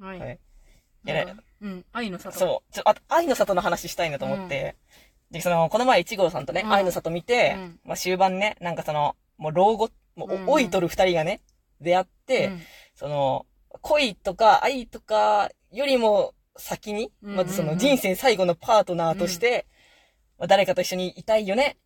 は。はいいでねうん。愛の里。そう。ちょ、あと、愛の里の話したいなと思って。で、その、この前、一号さんとね、うん愛の里見て、うんまあ、終盤ね、なんかその、もう、老後、もううん、老いとる二人がね、出会って、うんその、恋とか愛とかよりも先に、うんうんうんまずその人生最後のパートナーとして、まあ、誰かと一緒にいたいよね、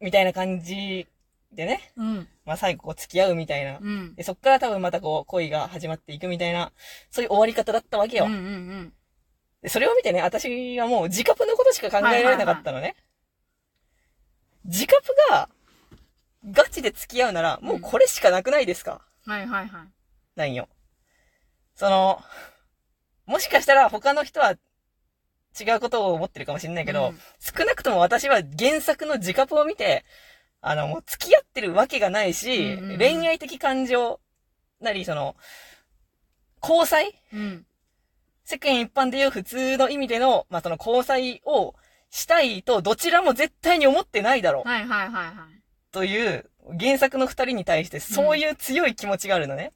みたいな感じでね、うん。まあ、最後こう付き合うみたいな。うん。でそっから多分またこう恋が始まっていくみたいな、そういう終わり方だったわけよ。うんうんうん。でそれを見てね、私はもう自カプのことしか考えられなかったのね。自カプがガチで付き合うなら、もうこれしかなくないですか、はいはいはい。なんよ。その、もしかしたら他の人は違うことを思ってるかもしれないけうど、ん少なくとも私は原作の自覚を見て、あの、もう付き合ってるわけがないし、うんうんうん恋愛的感情なり、その、交際うん。世間一般でいう普通の意味での、まあ、その交際をしたいとどちらも絶対に思ってないだろうはいはいはいはい。という原作の二人に対してそういう強い気持ちがあるのね。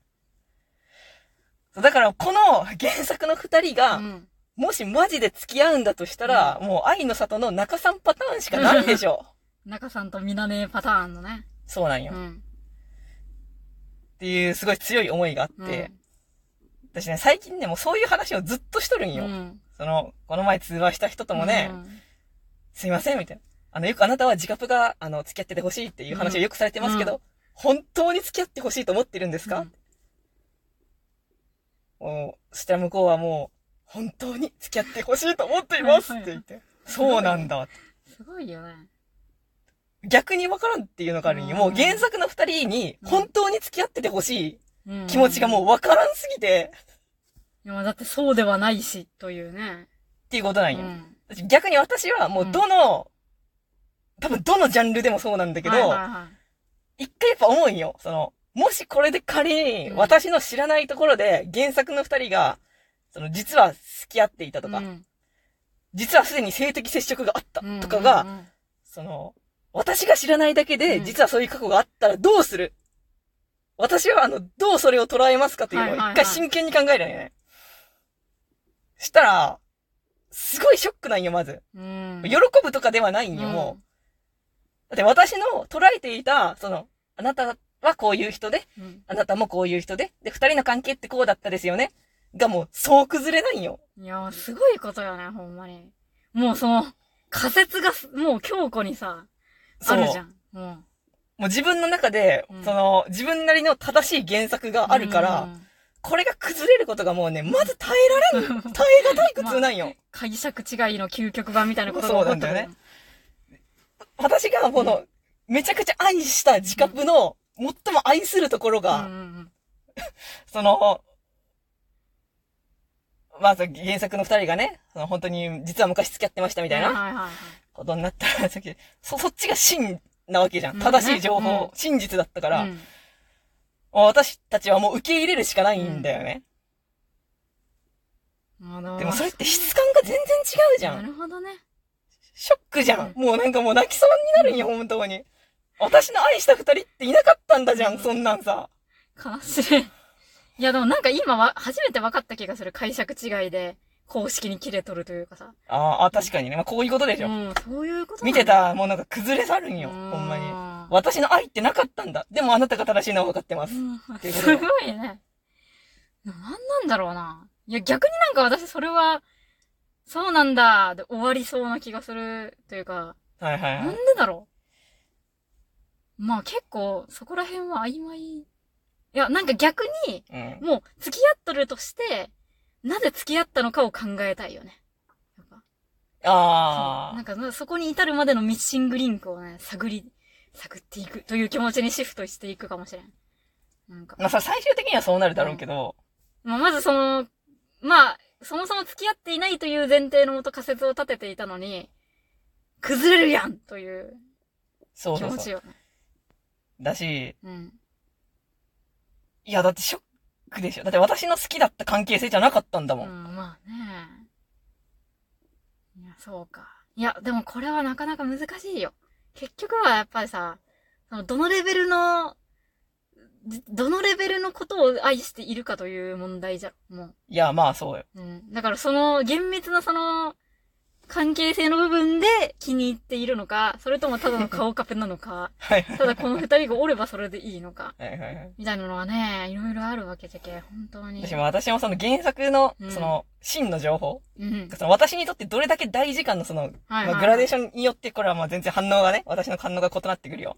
だからこの原作の二人が、うん。もしマジで付き合うんだとしたら、もう愛の里の中さんパターンしかないでしょ中さんとみなねパターンのね。う。そうなんよ。うっん。ていうすごい強い思いがあって、私ね、最近ね、もうそういう話をずっとしとるんうん。よ。うん。その、この前通話した人ともね、うんすいません、みたいな。あの、よくあなたは自覚が、あの、付き合っててほしいっていう話をよくされてますけど、う本当に付き合ってほしいと思ってるんですか、もう、そしたら向こうはもう、本当に付き合ってほしいと思っていますって言って。そうなんだ。すごいよね。逆にわからんっていうのがあるんよ。うんもう原作の二人に本当に付き合っててほしういん気持ちがもうわからんすぎて、いや、だってそうではないし、というね。っていうことなうんよ。ん。逆に私はもうどの、多分どのジャンルでもそうなんだけど、はいはいはい一回やっぱ思うんよ。その、もしこれで仮に私の知らないところで原作の二人が、その実は付き合っていたとか、うん実はすでに性的接触があったうんとかが、うんうんその、私が知らないだけで、うん実はそういう過去があったらどうする、私はあの、どうそれを捉えますかというのをはいはいはい一回真剣に考えるのよね。したら、すごいショックなんよ、まず。うん喜ぶとかではないんよ、もう。だって私の捉えていた、その、あなたはこういう人で、うんうんあなたもこういう人で、で、二人の関係ってこうだったですよね。がもう、そう崩れないよ。いや、すごいことよね、ほんまに。もうその、仮説がす、もう強固にさ、あそう。るじゃん。ももう自分の中で、うんその、自分なりの正しい原作う。があるから、うん、これが崩れることがもうね、まず耐えられん、耐えがたい苦痛なんよ。 解釈違いの究極版みたいなことがそう起こっなんただかよらね。私がこの、めちゃくちゃ愛した自覚の、最も愛するところうが、んうんその、まあ、その原作の二人がね、その本当に、実は昔付き合ってましたみたいな、はいはいはいはい。ことになったら、さっきそ、そっちが真なわけじゃ。うんん正しい情報、ねうん真実だったか、からうん、もう私たちはもう受け入れるしかないんだよね。あのーでもそれって質感が全然違うじゃ。なんるほどね。ショックじゃん。もうなんかもう泣きそうになるんよ、本当に。私の愛した二人っていなかったんだじゃうんん、そんなんさ。悲しい。 いや、でもなんか今は、初めて分かった気がする。解釈違いで、公式に切れとるというかさ。ああああ、確かにね。まあ、こういうことでしうょ。ん、そういうことな見んだてた、もうなんか崩れ去るんよ、うほんまに。わ私の愛ってなかったんだ。でもあなたが正しいのは分かってます。ていうことすごいね。なんなんだろうな。いや、逆になんか私それは、そうなんだ、で終わりそうな気がするというか、はいはいなんはでい。だろう。まあ結構、そこら辺は曖昧。いや、なんか逆に、うん。もう付き合っとるとして、なぜ付き合ったのかを考えたいよね。やっぱあそうなあん。かそこに至るまでのミッシングリンクをね、探り、探っていくという気持ちにシフトしていくかもしれん。なんか。まあ、さ最終的にはそうなるだろうけど、まあ、まずその、まあ、そもそも付き合っていないという前提のもと仮説を立てていたのに、崩れるやんというそう気そう持そちう。よね。だし、うん。いや、だってショックでしょ。だって私の好きだった関係性じゃなかったんだうもん。ん、まあね。いや、そうか。いや、でもこれはなかなか難しいよ。結局はやっぱりさ、そのどのレベルのじどのレベルのことを愛しているかという問題じゃん、もいや、まあそうよ。う。うん。だからその、厳密なその、関係性の部分で気に入っているのか、それともただの顔カペなの か、はいはい。ただこの二人がおればそれでいいのか、はいはいはい。みたいなのはね、いろいろあるわけじゃけ、本当に。私も、私もその原作のう、んその、真の情報、うん。その私にとってどれだけ大事かのその、はい、まあ、グラデーシションによってこれはまあ全然反応がね、私の反応が異なってくるよ。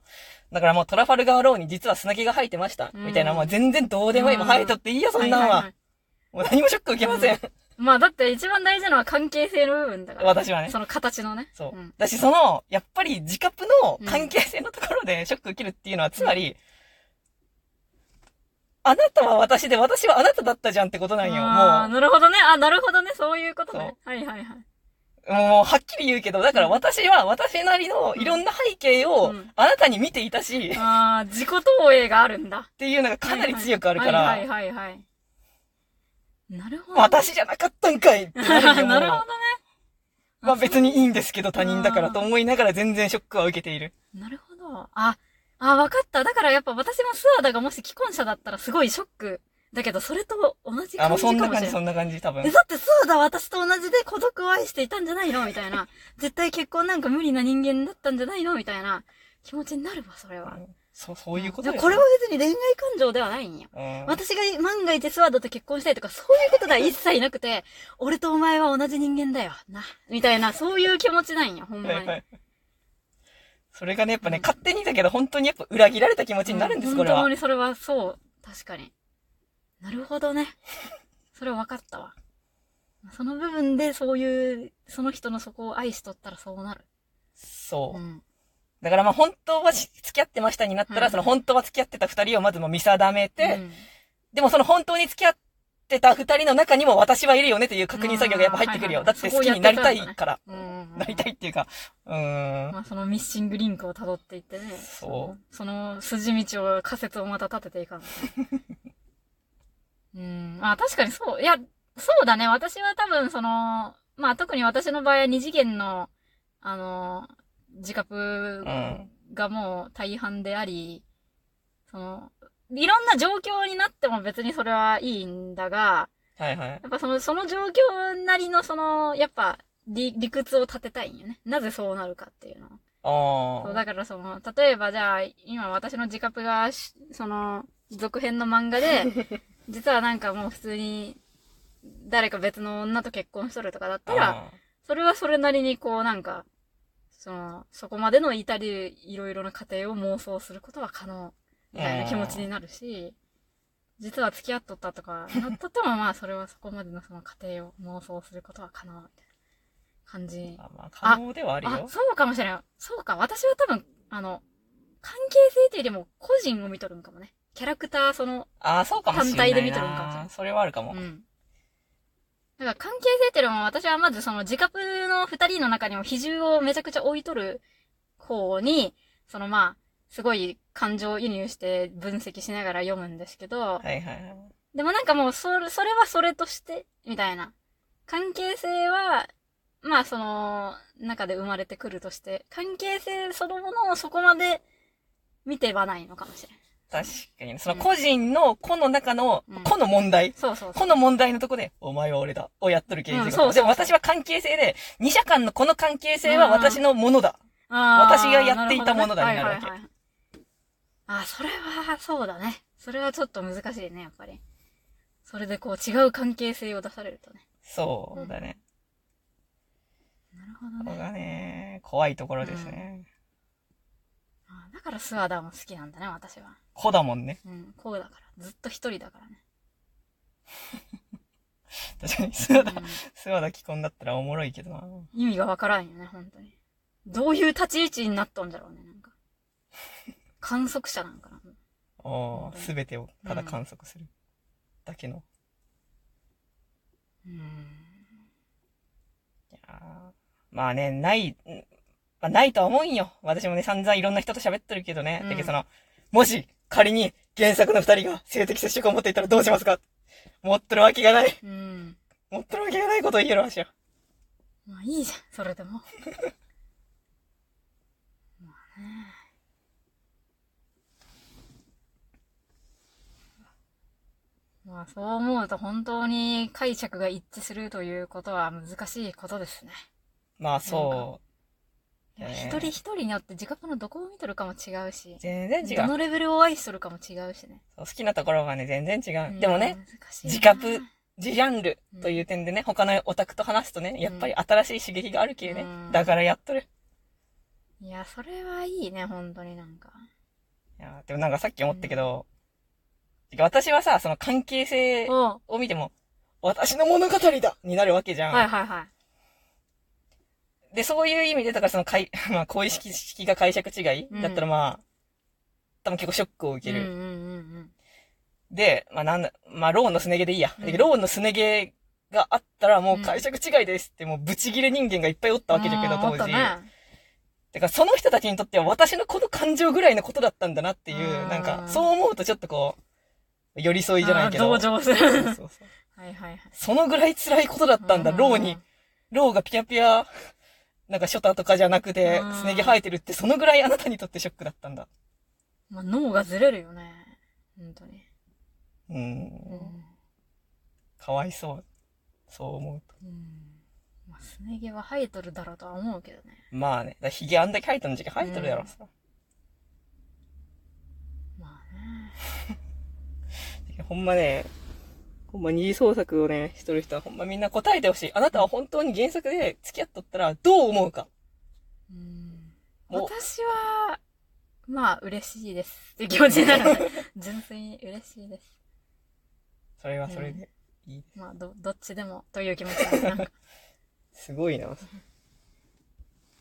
だからもうトラファルガーローに実は砂毛が生えてました。うんみたいな、もう全然どうでもいい。うんもう生えとっていいよ、そんなんは。もう何もショック受けません。まあだって一番大事なのは関係性の部分だから。私はねその形のね。そう。んだし、その、やっぱり自覚の関係性のところでショ ック受けるっていうのは、つまり、あなたは私で、私はあなただったじゃんってことなんあーよ。なるほどね。あ、なるほどね。そういうことね。はいはいはい。もう、もう、はっきり言うけど、だから私は私なりのいろんな背景をうんあなたに見ていたし、っああ、自己投影があるんだ。ていうのがかなり強くあるかはいら、はいはいはいはい。なるほど。私じゃなかったんかいってな なるるよほどね。もうまあ別にいいんですけど他人だからと思いながら全然ショックは受けている。なるほど。あ、あ、わかった。だからやっぱ私もスワダがもし既婚者だったらすごいショック。だけど、それと同じあ、感もじかもしうれそんな。ない感じ、そんな感じ、多分え、。だってそうだ、私と同じで孤独を愛していたんじゃないのみたいな。絶対結婚なんか無理な人間だったんじゃないのみたいな気持ちになるわ、それは。そう、そういうことででもすこよれは別に恋愛感情ではないんや。うん私が万が一スワダと結婚したいとか、そういうことでは一切なくて、俺とお前は同じ人間だよ、な。みたいな、そういう気持ちなんや、ほんま はいはに。い。それがね、やっぱね、うん勝手にだけど、本当にやっぱ裏切られた気持ちになるんです、これ本は当。にそれはそう。確かに。なるほど ね。それは分かったわ。その部分でそういう、その人のそこを愛しとったらそうなる。そうう。ん。だからまあ、本当はし付き合ってましたになったはら、いその本当は付き合ってた二人をまずもう見定めうて、んでもその本当に付き合ってた二人の中にも私はいるよねという確認作業がやっぱ入ってくるよ。うんだって好きになりたいそこをやってから。うんなりたいっていうか、うーん。まあそのミッシングリンクを辿っていってね。。そうその筋道を、仮説をまた立てていか んとね。うん。まあ確かにそう。いや、そうだね。私は多分その、まあ特に私の場合は二次元の、あの、自覚うん。がもう大半であり、その、いろんな状況になっても別にそれはいいんだが、はいはい。やっぱその、その状況なりのその、やっぱ、理、理屈を立てたいんよね。なぜそうなるかっていうのを。あそう、あ。だからその、例えばじゃあ、今私の自覚がし、その、続編の漫画で、実はなんかもう普通に、誰か別の女と結婚しとるとかだったら、それはそれなりにこうなんか、その、そこまでの至り、いろいろな過程を妄想することは可能、みたいな気持ちになるし、実は付き合っとったとか、なっとってもまあそれはそこまでのその過程を妄想することは可能、みたいな感じ。うん。まあ、可能ではあるよ。そうかもしれん。そうか。私は多分、あの、関係性というよりも個人を見とるんかもね。キャラクター、その、ああ、そうかもしれない単体な。で見てるんかもしれないそれはあるかもう。ん。だから関係性というよりも私はまずその自覚の二人の中にも比重をめちゃくちゃ置いとる方に、そのまあ、すごい感情移入して分析しながら読むんですけど、はいはいはい。でもなんかもう、それ、それはそれとして、みたいな。関係性は、まあその、中で生まれてくるとして、関係性そのものをそこまで見てはないのかもしれない。確かにね。その個人の個の中のうん個の問題。そうそうそう。個の問題のとこで、お前は俺だ。をやっとうる現ん実そうそうそうが。でも私は関係性で、二者間のこの関係性はうん私のものだ。あー私がやっていたものだになるわけはいはいはいあー、それは、そうだね。それはちょっと難しいね、やっぱり。それでこう違う関係性を出されるとね。そうだね。なるほどここね。がね、怖いところですね。あーだからスワダーも好きなんだね、私は。子だもんね。うん、こうだから。ずっと一人だからね。確かに、スワダう、んスワダ既婚だったらおもろいけどな。意味がわからんよね、本当に。どういう立ち位置になったんだろうね、なんか。観測者なんかな。おー、すべてをただ観測する。だけの。うん。いやーまあね、ない、んまあ、ないとは思うんよ。私もね、散々いろんな人と喋ってるけどね。うんだけどその、もし、仮に原作の二人が性的接触を持っていたらどうしますか持ってるわけがない。うん。持ってるわけがないことを言えるわしよ。まあいいじゃん、それでも。まあね。まあそう思うと本当に解釈が一致するということは難しいことですね。まあそいやね一人一人によって自覚のどこを見とるかも違うしう。、全然違どう。のレベルを愛しとるかも違うしね。そう好きなところはね、全然違うんう。でもね、、難しいな自覚ジジャンルという点でね、他のオタクと話すとね、やっぱり新しい刺激があるけね、うんだからやっとる。いや、それはいいね、本当になんか。いやーでもなんかさっき思ったけど、私はさ、その関係性おうを見ても、私の物語だになるわけじゃん。はいはいはい。で、そういう意味で、だからそのかい、 まあ、こういう式式が解釈違いだったらまあ、多分結構ショックを受ける。うんうんうんで、まあなんだ、まあローンのすね毛でいいや。うんローンのすね毛があったらもう解釈違いですって、もうブチギレ人間がいっぱいおったうん。わけじゃけど、うん当思った時。ね、てか、その人たちにとっては私のこの感情ぐらいのことだったんだなっていうう、んなんか、そう思うとちょっとこう、寄り添いじゃないけど。あー同情するそうそうそうはいはいはい。そのぐらい辛いことだったんだ、ローに。ローがピヤピヤ、なんかショタとかじゃなくてうん、すね毛生えてるって、そのぐらいあなたにとってショックだったんだ。まあ、脳がずれるよね。本当に。う。うんん。かわいそう。そう思うと。うん。まあ、すね毛は生えとるだろうとは思うけどね。まあね、だからヒゲあんだけ生えたの時期生えてるやろさ。まあね。ほんまね、ほんま二次創作をね、しとる人はほんまみんな答えてほしい。あなたは本当に原作で付き合っとったらどう思うか。うん。お私は、まあ、嬉しいです。っていう気持ちになる ね。純粋に嬉しいです。それはそれでいい。まあ、ど、どっちでもという気持ちです。なんかすごいな。